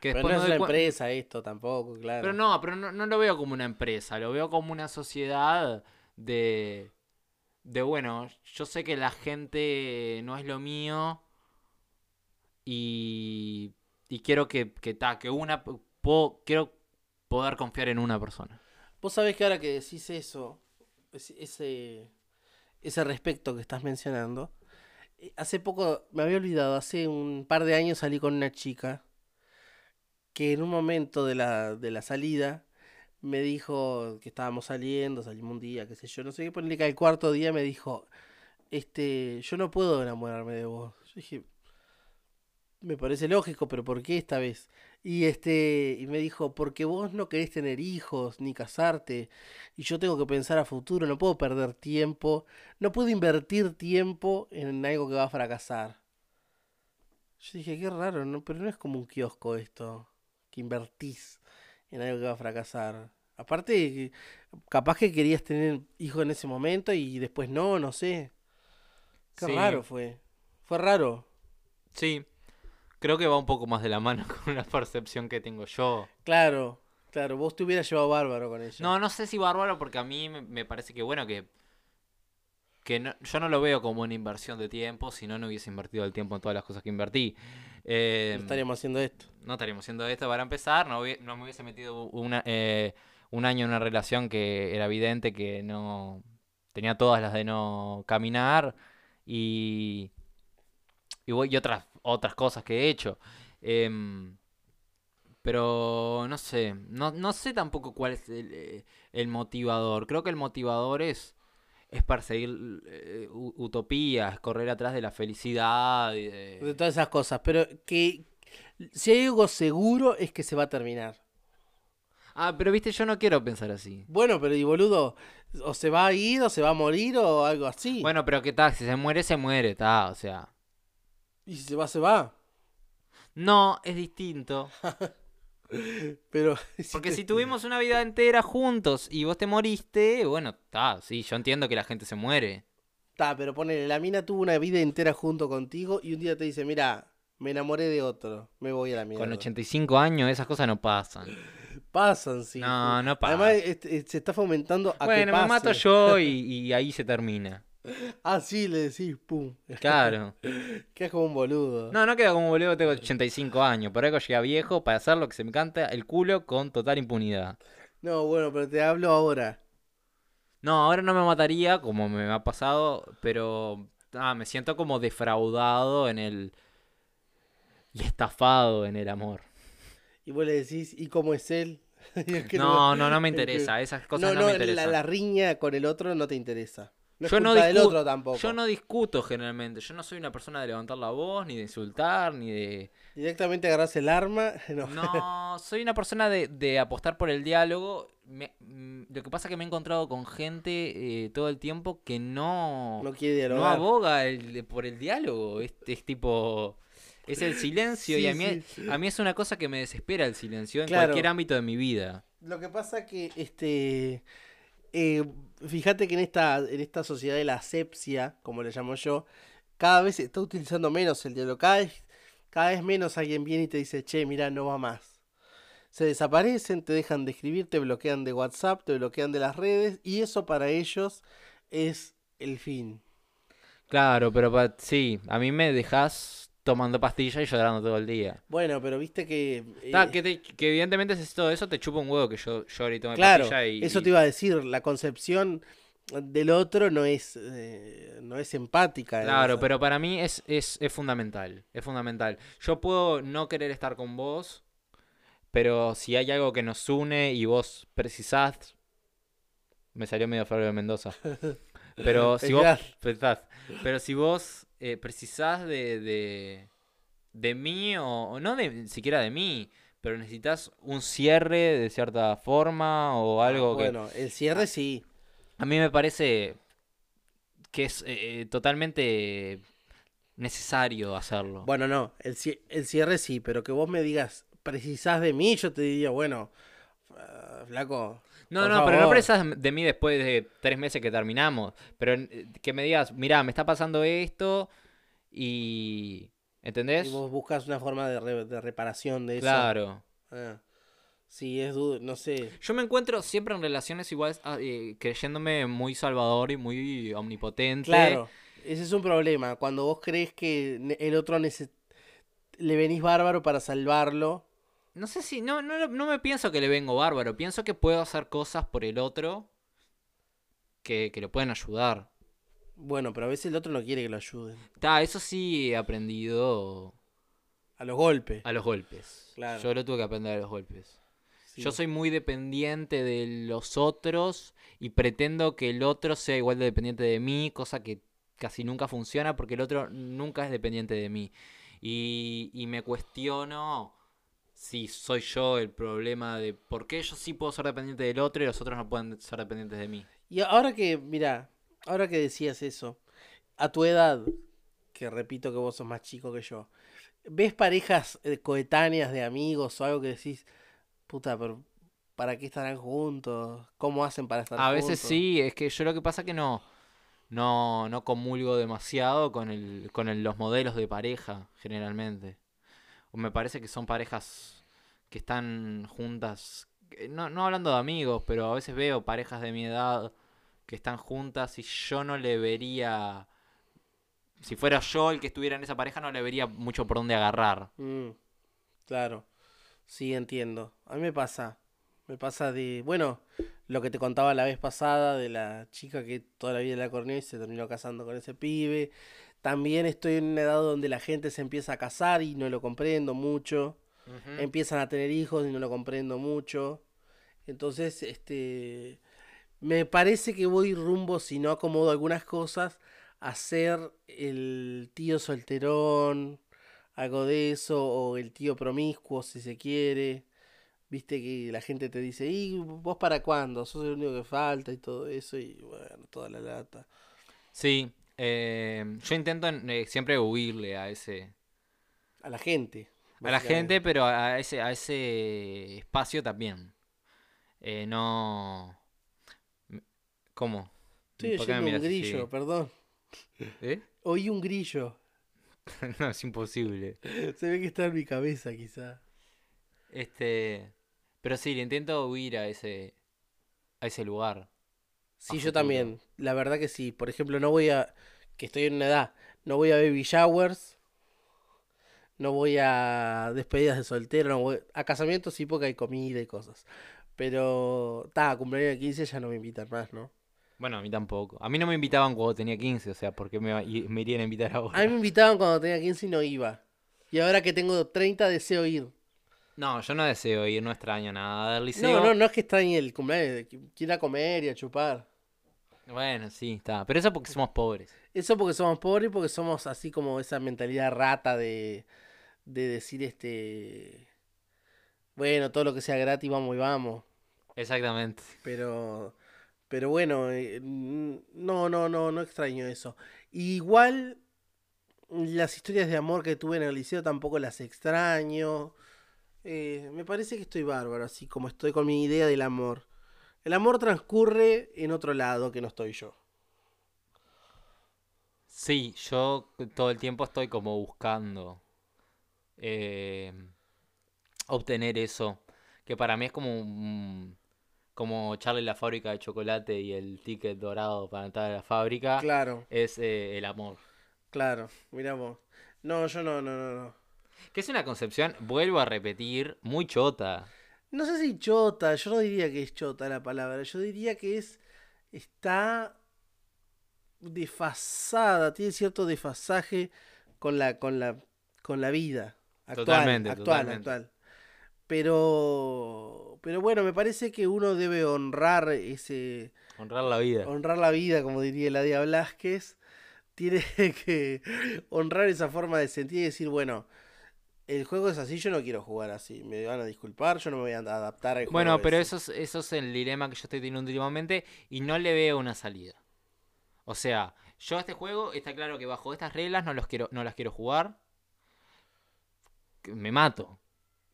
A: que
B: Pero
A: después
B: no
A: me
B: es
A: doy
B: una
A: cuen-
B: empresa esto tampoco, claro.
A: Pero no, pero no, no lo veo como una empresa, lo veo como una sociedad de... De bueno, yo sé que la gente no es lo mío, y, y quiero que, que, ta, que una puedo- quiero poder confiar en una persona.
B: Vos sabés que ahora que decís eso, es- ese, ese respecto que estás mencionando, eh, hace poco, me había olvidado, hace un par de años salí con una chica que en un momento de la, de la salida me dijo que estábamos saliendo, salimos un día, qué sé yo, no sé qué, ponerle que al cuarto día me dijo, este, yo no puedo enamorarme de vos. Yo dije, me parece lógico, pero ¿por qué esta vez? Y este, y me dijo, porque vos no querés tener hijos ni casarte, y yo tengo que pensar a futuro, no puedo perder tiempo, no puedo invertir tiempo en algo que va a fracasar. Yo dije, qué raro, ¿no? pero no es como un kiosco esto, que invertís en algo que va a fracasar. Aparte, capaz que querías tener hijos en ese momento y después no, no sé. Qué
A: Sí.
B: raro fue. Fue raro.
A: Sí, creo que va un poco más de la mano con la percepción que tengo yo.
B: Claro, claro, vos te hubieras llevado bárbaro con ella.
A: No, no sé si bárbaro porque a mí me- me parece que bueno que que no- yo no lo veo como una inversión de tiempo, si no no hubiese invertido el tiempo en todas las cosas que invertí.
B: No
A: Eh,
B: estaríamos haciendo esto.
A: no estaríamos haciendo esto para empezar, no, hubie- no me hubiese metido una, eh, un año en una relación que era evidente que no tenía todas las de no caminar y, y, bu- y otras, otras cosas que he hecho. Em, pero no sé, no, no sé tampoco cuál es el, eh, el motivador. Creo que el motivador es, es perseguir eh, u- utopías, correr atrás de la felicidad. y de-
B: De todas esas cosas, pero que si hay algo seguro es que se va a terminar.
A: Ah, pero viste, yo no quiero pensar así.
B: Bueno, pero y boludo, o se va a ir o se va a morir o algo así.
A: Bueno, pero qué tal, si se muere, se muere, ta, o sea.
B: Y si se va, se va.
A: No, es distinto.
B: Pero
A: Porque si tuvimos una vida entera juntos y vos te moriste, bueno, ta, sí, yo entiendo que la gente se muere.
B: Está, pero ponele, la mina tuvo una vida entera junto contigo y un día te dice, mira, me enamoré de otro, me voy a la mierda.
A: Con 85 años esas cosas no pasan.
B: Pasan, sí.
A: No, no pasan.
B: Además, este, se está fomentando a que
A: bueno, me
B: pase.
A: mato yo y, y ahí se termina.
B: Ah, sí, le decís, pum.
A: Claro.
B: Quedas como un boludo.
A: No, no queda como boludo, tengo 85 años. Por algo llegué a viejo para hacer lo que se me canta el culo con total impunidad.
B: No, bueno, pero te hablo ahora.
A: No, ahora no me mataría, como me ha pasado, pero ah, me siento como defraudado en el... y estafado en el amor.
B: Y vos le decís, ¿y cómo es él? Y es que
A: No, no, no me
B: es que-
A: interesa, esas cosas no,
B: no,
A: me
B: la,
A: interesan.
B: la riña con el otro no te interesa. No es
A: Yo no
B: culpa del
A: discu-
B: otro tampoco.
A: Yo no discuto generalmente, yo no soy una persona de levantar la voz, ni de insultar, ni de...
B: Directamente agarrás el arma. No.
A: No, soy una persona de, de apostar por el diálogo. Me- mm, lo que pasa es que me he encontrado con gente eh, todo el tiempo que no...
B: No quiere
A: no
B: dialogar.
A: aboga el- por el diálogo. Es, es tipo. Es el silencio. y
B: Sí,
A: a mí, a mí es una cosa que me desespera el silencio en
B: Claro.
A: cualquier ámbito de mi vida.
B: Lo que pasa que, este, eh, fíjate que en esta, en esta sociedad de la asepsia, como le llamo yo, cada vez se está utilizando menos el diálogo. Cada vez, cada vez menos alguien viene y te dice, che, mira, no va más. Se desaparecen, te dejan de escribir, te bloquean de WhatsApp, te bloquean de las redes, y eso para ellos es el fin.
A: Claro, pero pa- sí, a mí me dejas tomando pastillas y llorando todo el día.
B: Bueno, pero viste que... eh,
A: Ta, que, te- que evidentemente si es todo eso te chupa un huevo que yo llore y tome
B: Claro,
A: pastilla y.
B: eso te iba a decir, la concepción del otro no es, eh, no es empática. en
A: Claro,
B: esa-
A: pero para mí es, es, es fundamental. Es fundamental. Yo puedo no querer estar con vos, pero si hay algo que nos une y vos precisás. Me salió medio Fabio de Mendoza. Pero si vos.
B: Precisás.
A: precisás, pero si vos eh, precisás de, de. de mí, o, o no de, siquiera de mí, pero necesitas un cierre de cierta forma o
B: Ah,
A: algo que. Ah.
B: Bueno, el cierre sí.
A: A mí me parece que es eh, eh, totalmente necesario hacerlo.
B: Bueno, no, el, cie- el cierre sí, pero que vos me digas, precisás de mí, yo te diría, bueno, ah, flaco.
A: no,
B: por
A: no, pero no
B: favor.
A: precisas de mí después de tres meses que terminamos. Pero eh, que me digas, mirá, me está pasando esto y... ¿Entendés?
B: Y vos buscas una forma de, re- de reparación de eso.
A: Claro.
B: Ah, sí, es duro, no sé.
A: Yo me encuentro siempre en relaciones iguales ah, eh, creyéndome muy salvador y muy omnipotente.
B: Claro, ese es un problema. Cuando vos crees que ne- el otro nece- le venís bárbaro para salvarlo.
A: No sé si, no, no, no me pienso que le vengo bárbaro, pienso que puedo hacer cosas por el otro que, que lo pueden ayudar.
B: Bueno, pero a veces el otro no quiere que lo ayuden.
A: Ta, eso sí he aprendido
B: A los golpes.
A: A los golpes.
B: Claro.
A: Yo lo tuve que aprender a los golpes.
B: Sí.
A: Yo soy muy dependiente de los otros y pretendo que el otro sea igual de dependiente de mí, cosa que casi nunca funciona porque el otro nunca es dependiente de mí. Y, y me cuestiono si soy yo el problema de por qué yo sí puedo ser dependiente del otro y los otros no pueden ser dependientes de mí.
B: Y ahora que, mira, ahora que decías eso, a tu edad, que repito que vos sos más chico que yo, ¿ves parejas eh, coetáneas de amigos o algo que decís, puta, pero ¿para qué estarán juntos? ¿Cómo hacen para estar
A: A
B: juntos?
A: veces sí, es que yo lo que pasa que no, no, no comulgo demasiado con el, con el- los modelos de pareja, generalmente. O me parece que son parejas que están juntas, que- no, no hablando de amigos, pero a veces veo parejas de mi edad que están juntas y yo no le vería, si fuera yo el que estuviera en esa pareja, no le vería mucho por dónde agarrar.
B: Mm, claro, sí, entiendo. A mí me pasa, me pasa de, bueno, lo que te contaba la vez pasada de la chica que toda la vida la corneó y se terminó casando con ese pibe. También estoy en una edad donde la gente se empieza a casar y no lo comprendo mucho. Empiezan a tener hijos y no lo comprendo mucho. Entonces, este, me parece que voy rumbo, si no acomodo algunas cosas, a ser el tío solterón, algo de eso, o el tío promiscuo, si se quiere. Viste que la gente te dice, ¿y vos para cuándo? Sos el único que falta y todo eso, y bueno, toda la lata.
A: Sí, eh, yo intento eh, siempre huirle a ese...
B: A la gente.
A: A la gente,
B: básicamente.
A: pero a ese, a ese espacio también. Eh, no. M- ¿Cómo?
B: Estoy
A: ¿Por qué me
B: oyendo un
A: miras así?
B: grillo, perdón.
A: ¿Eh?
B: Oí un grillo.
A: No, es imposible.
B: Se ve que está en mi cabeza, quizá.
A: Este. Pero sí, le intento huir a ese. a ese lugar. a
B: Sí, yo
A: futuro.
B: también. La verdad que sí. Por ejemplo, no voy a. Que estoy en una edad. No voy a baby showers. No voy a despedidas de soltero. No voy... A casamientos sí, porque hay comida y cosas. Pero. Ta, cumpleaños de 15 ya no me invitan más, ¿no?
A: Bueno, a mí tampoco. A mí no me invitaban cuando tenía 15, o sea, ¿por qué me, va- y- me irían a invitar ahora?
B: A mí me invitaban cuando tenía 15 y no iba. Y ahora que tengo 30 deseo ir.
A: No, yo no deseo ir, no extraño nada del liceo.
B: No, no, no es que está en el cumpleaños. Quiero ir a comer y a chupar.
A: Bueno, sí, está. Pero eso porque somos pobres.
B: Eso porque somos pobres y porque somos así como esa mentalidad rata de, de decir este. Bueno, todo lo que sea gratis, vamos y vamos.
A: Exactamente.
B: Pero. Pero bueno, eh, n- no, no, no, no extraño eso. Igual las historias de amor que tuve en el liceo tampoco las extraño. Eh, me parece que estoy bárbaro, así como estoy con mi idea del amor. El amor transcurre en otro lado que no estoy yo.
A: Sí, yo todo el tiempo estoy como buscando eh, obtener eso, que para mí es como un- como Charlie la fábrica de chocolate y el ticket dorado para entrar a la fábrica,
B: Claro.
A: es eh, el amor.
B: Claro, mirá vos. No, yo no, no, no, no.
A: Que es una concepción, vuelvo a repetir, muy chota.
B: No sé si chota, yo no diría que es chota la palabra, yo diría que es está desfasada, tiene cierto desfasaje con la con la con la vida actual,
A: Totalmente,
B: actual,
A: totalmente.
B: actual. Pero pero bueno, me parece que uno debe honrar ese
A: Honrar la vida.
B: honrar la vida, como diría la Día Blasquez, tiene que honrar esa forma de sentir y decir, bueno, el juego es así, yo no quiero jugar así, me van a disculpar, yo no me voy a adaptar al juego.
A: Bueno, pero
B: ese".
A: eso es, eso es el dilema que yo estoy teniendo últimamente y no le veo una salida. O sea, yo a este juego está claro que bajo estas reglas no, los quiero, no las quiero jugar. Que Me mato.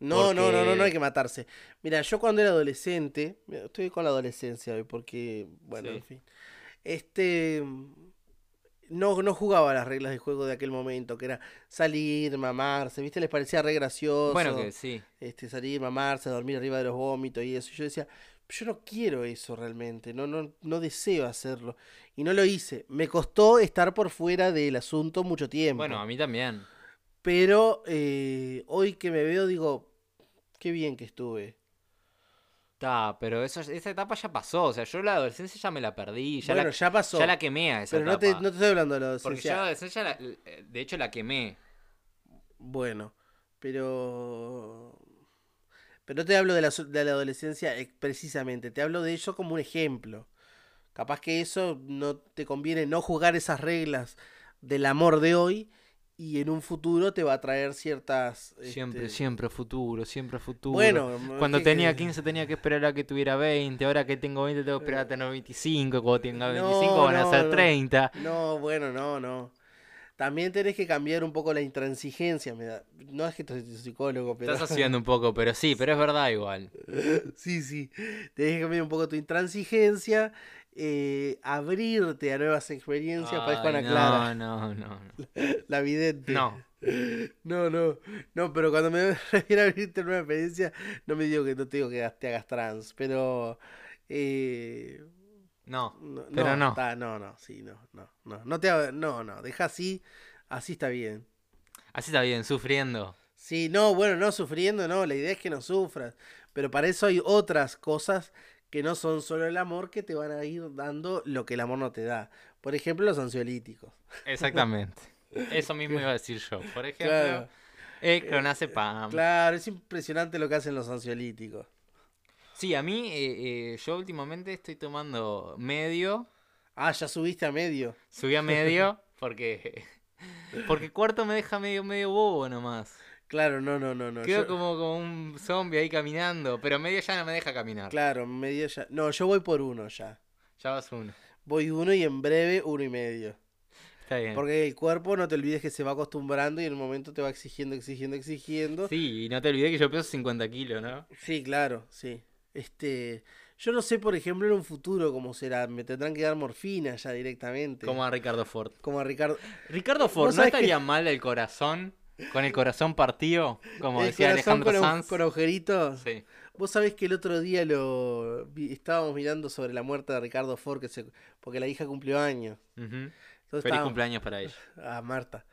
B: No, no, no, no, no
A: porque-
B: hay que matarse. Mira, yo cuando era adolescente, mira, estoy con la adolescencia hoy porque, bueno,
A: Sí.
B: en fin. Este, no, no jugaba a las reglas del juego de aquel momento, que era salir, mamarse, ¿viste? Les parecía re gracioso.
A: Bueno, que sí.
B: este, salir, mamarse, dormir arriba de los vómitos y eso. Y yo decía, yo no quiero eso realmente, no, no, no deseo hacerlo. Y no lo hice. Me costó estar por fuera del asunto mucho tiempo.
A: Bueno, a mí también.
B: Pero eh, hoy que me veo digo, qué bien que estuve.
A: Ta, pero eso, esa etapa ya pasó. O sea, yo la adolescencia ya me la perdí. Ya,
B: bueno,
A: la,
B: ya pasó.
A: ya la quemé a esa
B: pero no
A: etapa.
B: te, no te estoy hablando de la
A: Porque eh,
B: adolescencia.
A: yo la adolescencia, la- de hecho, la quemé.
B: Bueno, Pero. Pero no te hablo de la, so- de la adolescencia eh, precisamente, te hablo de ello como un ejemplo. Capaz que eso no te conviene no jugar esas reglas del amor de hoy y en un futuro te va a traer ciertas.
A: Siempre,
B: este,
A: siempre futuro, siempre futuro.
B: Bueno,
A: Cuando
B: ¿qué-
A: tenía
B: qué-
A: 15 tenía que esperar a que tuviera 20, ahora que tengo 20 tengo que esperar a tener 25, cuando tenga
B: Eh. No,
A: 25 van a
B: no,
A: ser
B: no.
A: 30.
B: No, bueno, no, no. También tenés que cambiar un poco la intransigencia. Me da... No es que soy psicólogo, pero.
A: Estás haciendo un poco, pero sí, pero es verdad igual.
B: Sí, sí. Tenés que cambiar un poco tu intransigencia, eh, abrirte a nuevas experiencias. Parezco
A: Ay,
B: Ana
A: no,
B: Clara,
A: no, no, no.
B: la vidente.
A: No.
B: No, no. No, pero cuando me refiero a abrirte a nuevas experiencias, no me digo que no te digo que te hagas trans, pero. eh,
A: No.
B: No,
A: Pero no.
B: ta, no, no, sí, no, no, no, no te, haga- no, no, deja así, así está bien.
A: Así está bien, sufriendo.
B: Sí, no, bueno, no sufriendo, no, la idea es que no sufras, pero para eso hay otras cosas que no son solo el amor que te van a ir dando lo que el amor no te da. Por ejemplo, los ansiolíticos.
A: Exactamente. Eso mismo iba a decir yo. Por ejemplo, eh,
B: Claro, Eh,
A: el clonazepam.
B: claro, es impresionante lo que hacen los ansiolíticos.
A: Sí, a mí, eh, eh, yo últimamente estoy tomando medio.
B: Ah, ya subiste a medio.
A: Subí a medio porque. Porque cuarto me deja medio, medio bobo nomás.
B: Claro, no, no, no, no.
A: Quedo
B: yo-
A: como, como un zombie ahí caminando, pero medio ya no me deja caminar.
B: Claro, medio ya. No, yo voy por uno ya.
A: Ya vas uno.
B: Voy uno y en breve uno y medio.
A: Está bien.
B: Porque el cuerpo, no te olvides que se va acostumbrando y en el momento te va exigiendo, exigiendo, exigiendo. Sí,
A: Sí, y no te olvides que yo peso 50 kilos, ¿no?
B: claro, sí. Este, yo no sé, por ejemplo, en un futuro cómo será. Me tendrán que dar morfina ya directamente.
A: Como a Ricardo Ford.
B: Como a Ricardo.
A: Ricardo
B: Vos
A: Ford, ¿no
B: sabés que-
A: estaría mal el corazón? Con el corazón partido, como
B: El
A: decía
B: corazón
A: Alejandro
B: con, au-
A: Sanz.
B: con agujeritos.
A: Sí.
B: Vos sabés que el otro día lo vi- estábamos mirando sobre la muerte de Ricardo Ford, que se- porque la hija cumplió años.
A: Ujú.
B: Entonces
A: Feliz
B: estábamos-
A: cumpleaños para ella.
B: a Marta.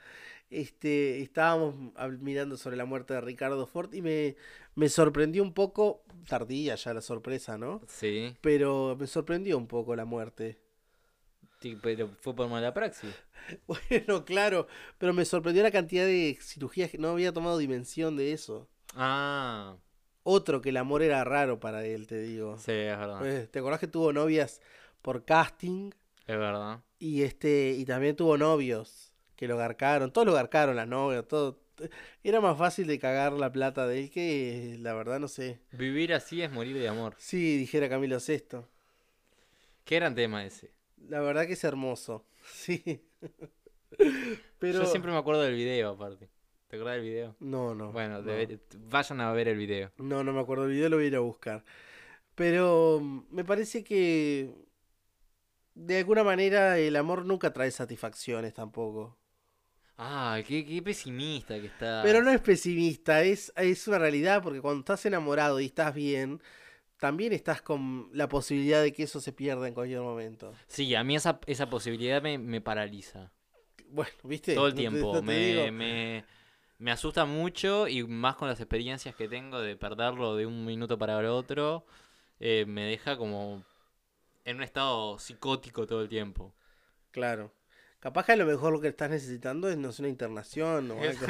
B: Este, estábamos hab- mirando sobre la muerte de Ricardo Ford y me, me sorprendió un poco, tardía ya la sorpresa, ¿no?
A: Sí.
B: Pero me sorprendió un poco la muerte.
A: Sí, pero fue por mala praxis.
B: Bueno, claro, pero me sorprendió la cantidad de cirugías que no había tomado dimensión de eso.
A: Ah,
B: Otro que el amor era raro para él, te digo.
A: sí, es verdad.
B: Eh, ¿Te acordás que tuvo novias por casting?
A: Es verdad.
B: Y este, y también tuvo novios que lo garcaron, todos lo garcaron, las novias, todo. Era más fácil de cagar la plata de él que la verdad no sé.
A: Vivir así es morir de amor.
B: Sí, dijera Camilo VI.
A: Qué gran tema ese.
B: La verdad que es hermoso. Sí. Pero
A: Yo siempre me acuerdo del video, aparte. ¿Te acuerdas del video?
B: no, no.
A: Bueno,
B: no.
A: debe- vayan a ver el video.
B: No, no me acuerdo el video, lo voy a ir a buscar. Pero mm, me parece que de alguna manera el amor nunca trae satisfacciones tampoco.
A: Ah, qué, qué pesimista que está.
B: Pero no es pesimista, es, es una realidad, porque cuando estás enamorado y estás bien, también estás con la posibilidad de que eso se pierda en cualquier momento.
A: Sí, a mí esa, esa posibilidad me, me paraliza.
B: Bueno, ¿viste?
A: Todo el
B: No te-
A: tiempo.
B: no te
A: me,
B: digo.
A: me, me asusta mucho y más con las experiencias que tengo de perderlo de un minuto para el otro. eh, me deja como en un estado psicótico todo el tiempo.
B: Claro. Capaz que a lo mejor lo que estás necesitando es, no sé, una internación o algo,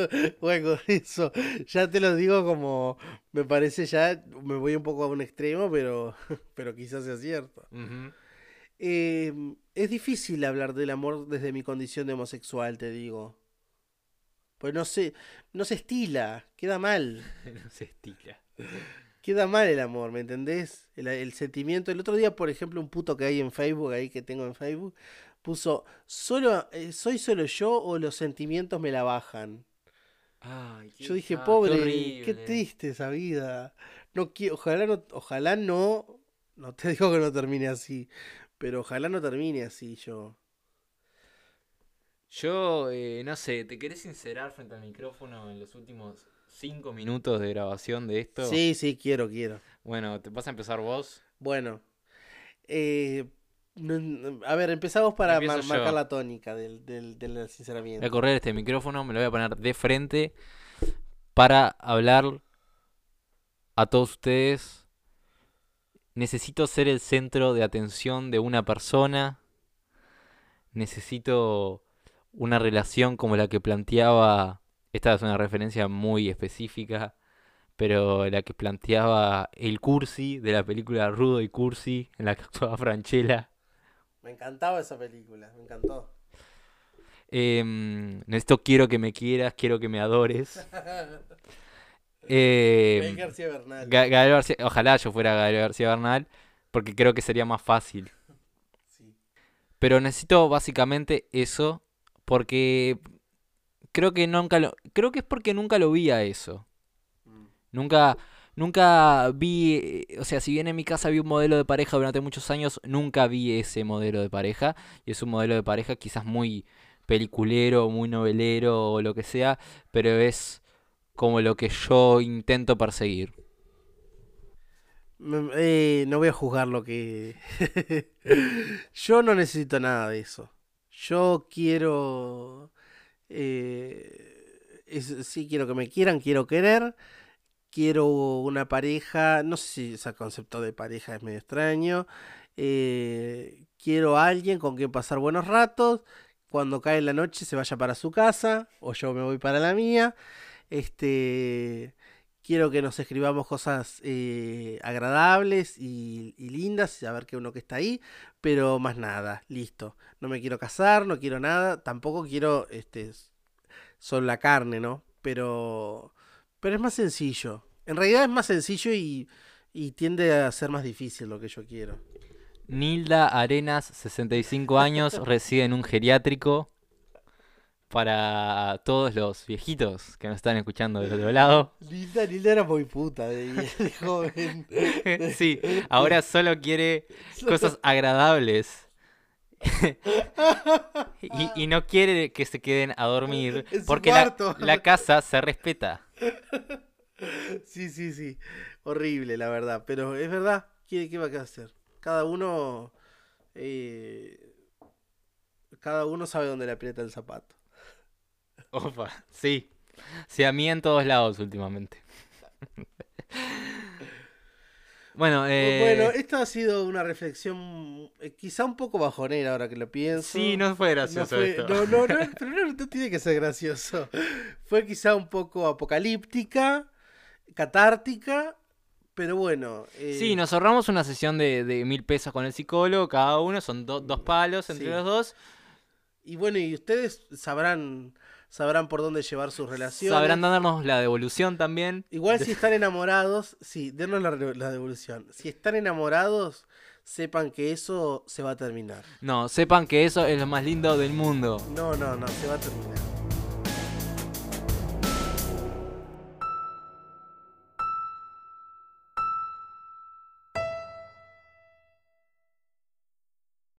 B: o algo de eso. Ya te lo digo como, me parece ya, me voy un poco a un extremo, pero, pero quizás sea cierto.
A: Ujú.
B: Eh, es difícil hablar del amor desde mi condición de homosexual, te digo. Pues no se, no se estila, queda mal,
A: No se estila.
B: queda mal el amor, ¿me entendés? El, el sentimiento. El otro día, por ejemplo, un puto que hay en Facebook, ahí que tengo en Facebook, puso, solo, eh, ¿soy solo yo o los sentimientos me la bajan?
A: Ay, qué-
B: Yo dije,
A: ah, qué
B: pobre, qué
A: horrible.
B: triste esa vida. No quiero, ojalá no, ojalá no, no te digo que no termine así, pero ojalá no termine así yo.
A: Yo, eh, no sé, ¿te querés sincerar frente al micrófono en los últimos cinco minutos de grabación de esto?
B: Sí, sí, quiero, quiero.
A: Bueno, ¿te vas a empezar vos?
B: Bueno. eh, no- no- a ver, empezamos para
A: Empiezo
B: mar-
A: yo.
B: marcar la tónica del, del, del
A: Voy a
B: sinceramiento.
A: correr este micrófono, me lo voy a poner de frente para hablar a todos ustedes. Necesito ser el centro de atención de una persona. Necesito una relación como la que planteaba Esta es una referencia muy específica, pero la que planteaba el Cursi de la película Rudo y Cursi, en la que actuaba Franchella.
B: Me encantaba esa película, me encantó.
A: Em, necesito quiero que me quieras, quiero que me adores. Em,
B: Gael García Bernal.
A: Ga- Gael García- ojalá yo fuera Gabriel García Bernal, porque creo que sería más fácil.
B: Sí.
A: Pero necesito básicamente eso, porque creo que nunca lo, creo que es porque nunca lo vi a eso.
B: Mm.
A: Nunca, nunca vi, eh, o sea, si bien en mi casa vi un modelo de pareja durante muchos años, nunca vi ese modelo de pareja. Y es un modelo de pareja quizás muy peliculero, muy novelero o lo que sea, pero es como lo que yo intento perseguir.
B: Mm, eh, no voy a juzgar lo que... Yo no necesito nada de eso. Yo quiero... eh, es- sí, quiero que me quieran, quiero querer. Quiero una pareja. No sé si ese concepto de pareja es medio extraño. eh, quiero a alguien con quien pasar buenos ratos. Cuando cae la noche se vaya para su casa o yo me voy para la mía. Este, quiero que nos escribamos cosas eh, agradables y, y lindas, saber que uno que está ahí, pero más nada, listo. No me quiero casar, no quiero nada, tampoco quiero este s- solo la carne, ¿no? Pero pero es más sencillo. En realidad es más sencillo y, y tiende a ser más difícil lo que yo quiero.
A: Nilda Arenas, 65 años, reside en un geriátrico. Para todos los viejitos que nos están escuchando del otro lado.
B: Linda, Linda era muy puta de, joven.
A: Sí, ahora solo quiere cosas agradables. y, y no quiere que se queden a dormir
B: En su
A: porque la,
B: cuarto.
A: la casa se respeta.
B: Sí, sí, sí. Horrible, la verdad. Pero es verdad. ¿Qué, qué va a hacer? Cada uno. eh, cada uno sabe dónde le aprieta el zapato.
A: Opa, sí. Se a mí en todos lados últimamente. bueno, eh,
B: Bueno, esto ha sido una reflexión eh, quizá un poco bajonera ahora que lo pienso.
A: sí, no fue
B: No
A: gracioso
B: fue-
A: esto.
B: No, no, no, pero no, no tiene que ser gracioso. Fue quizá un poco apocalíptica, catártica, pero bueno. eh,
A: Sí, nos ahorramos una sesión de, de mil pesos con el psicólogo, cada uno, son do- dos palos entre
B: Sí.
A: los dos.
B: Y bueno, y ustedes sabrán sabrán por dónde llevar sus relaciones.
A: Sabrán darnos la devolución también.
B: Igual si están enamorados, sí, denos la, re- la devolución. Si están enamorados, sepan que eso se va a terminar.
A: No, sepan que eso es lo más lindo del mundo.
B: No, no, no, se va a terminar.